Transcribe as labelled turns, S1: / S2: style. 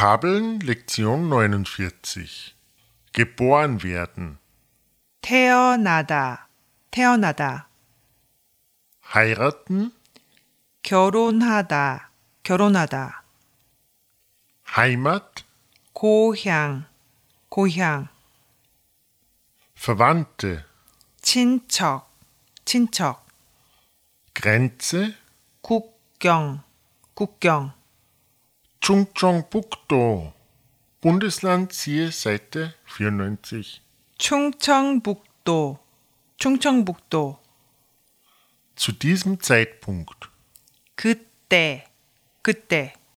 S1: Vokabeln Lektion 49 Geboren werden,
S2: 태어나다, 태어나다,
S1: heiraten,
S2: 결혼하다, 결혼하다,
S1: Heimat,
S2: 고향, 고향,
S1: Verwandte,
S2: 친척, 친척,
S1: Grenze,
S2: 국경, 국경,
S1: Chungcheongbuk-do. Bundesland siehe Seite 94.
S2: 충청북도, 충청북도,
S1: Zu diesem Zeitpunkt
S2: 그때, 그때,